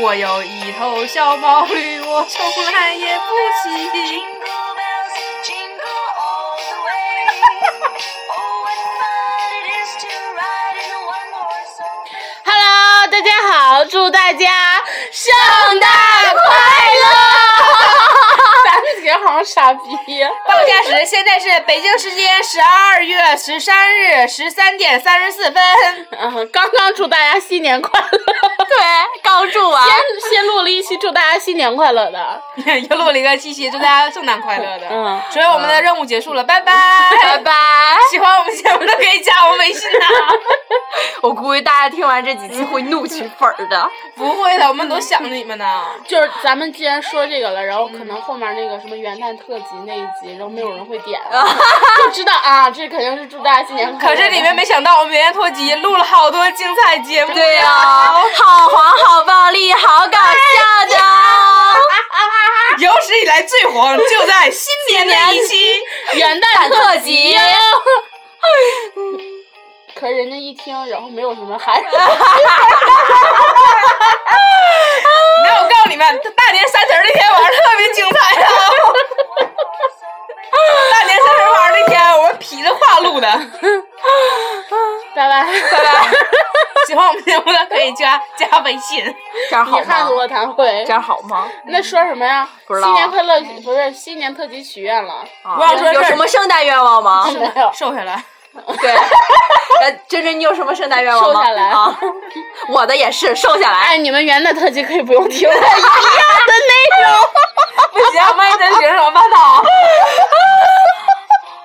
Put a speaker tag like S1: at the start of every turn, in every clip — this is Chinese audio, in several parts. S1: 我有一头小毛驴，我从来也不骑。
S2: Hello，大家好，祝大家圣诞 快乐！咱们几个好像傻逼呀、
S1: 报价时，现在是北京时间十二月十三日十三点三十四分。
S2: 嗯，刚刚祝大家新年快乐，
S3: 对，刚住完，
S2: 先先录了一期祝大家新年快乐的，
S1: 又录了一个七夕，祝大家圣诞快乐的。
S2: 嗯，
S1: 所以我们的任务结束了，拜拜。
S3: 拜拜。
S1: 喜欢我们节目的可以加我微信啊！
S3: 我估计大家听完这几期会怒取粉儿的。
S1: 不会的，我们都想着你们呢。
S2: 就是咱们既然说这个了，然后可能后面那个什么元旦特辑那一集，然后没有人会点， 就知道啊，这肯定是祝大家新年快
S1: 可
S2: 乐的。
S1: 是里面没想到，我们元旦脱节录了好多精彩节目。
S3: 对呀、好黄、好暴力、好搞笑的。
S1: 有史以来最黄，就在新年的一期。
S2: 元旦
S3: 特辑
S2: 哟。 可是人家一听，然后没有什么含，
S1: 那我告诉你们，大年三十儿那天晚上特别精彩 啊！大年三十儿晚上那天，我们劈着话录的。
S2: 拜拜
S1: 拜拜！喜欢我们节目的可以加加微信。
S3: 这样
S2: 你
S3: 好
S2: 看
S3: 吗？
S2: 座谈会
S3: 这，样好吗？
S2: 那说什么呀？
S3: 不知道
S2: 新年快乐不是新年特辑许愿了，
S3: 啊
S1: 我想说
S3: 有
S1: 这
S3: 什么圣诞愿望吗？
S2: 啊没有？
S1: 瘦下来，
S3: 对，呃，珍珍，你有什么圣诞愿望
S2: 瘦
S3: 吗？
S2: 下来
S3: 啊，我的也是瘦下来。
S2: 哎，你们元旦特辑可以不用听了，一样 的内容。
S1: 不行，万一咱学生么办呢？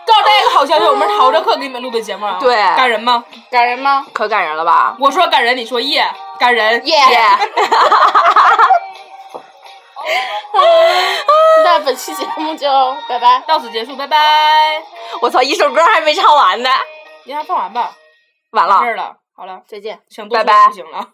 S1: 告诉大家一个好消息，我们是逃着课给你们录的节目啊。
S3: 对
S1: 感人吗？
S2: 感人吗？
S3: 可感人了吧？
S1: 我说感人，你说耶，感人。
S2: 耶、
S3: 耶、
S2: 那本期节目就拜拜。
S1: 到此结束，拜拜。
S3: 我操，一首歌还没唱完呢，
S1: 你还放完吧？
S3: 完
S1: 到
S3: 了
S1: 这。儿了，好了，
S2: 再见。
S1: 想多
S3: 拜拜
S1: 不行了。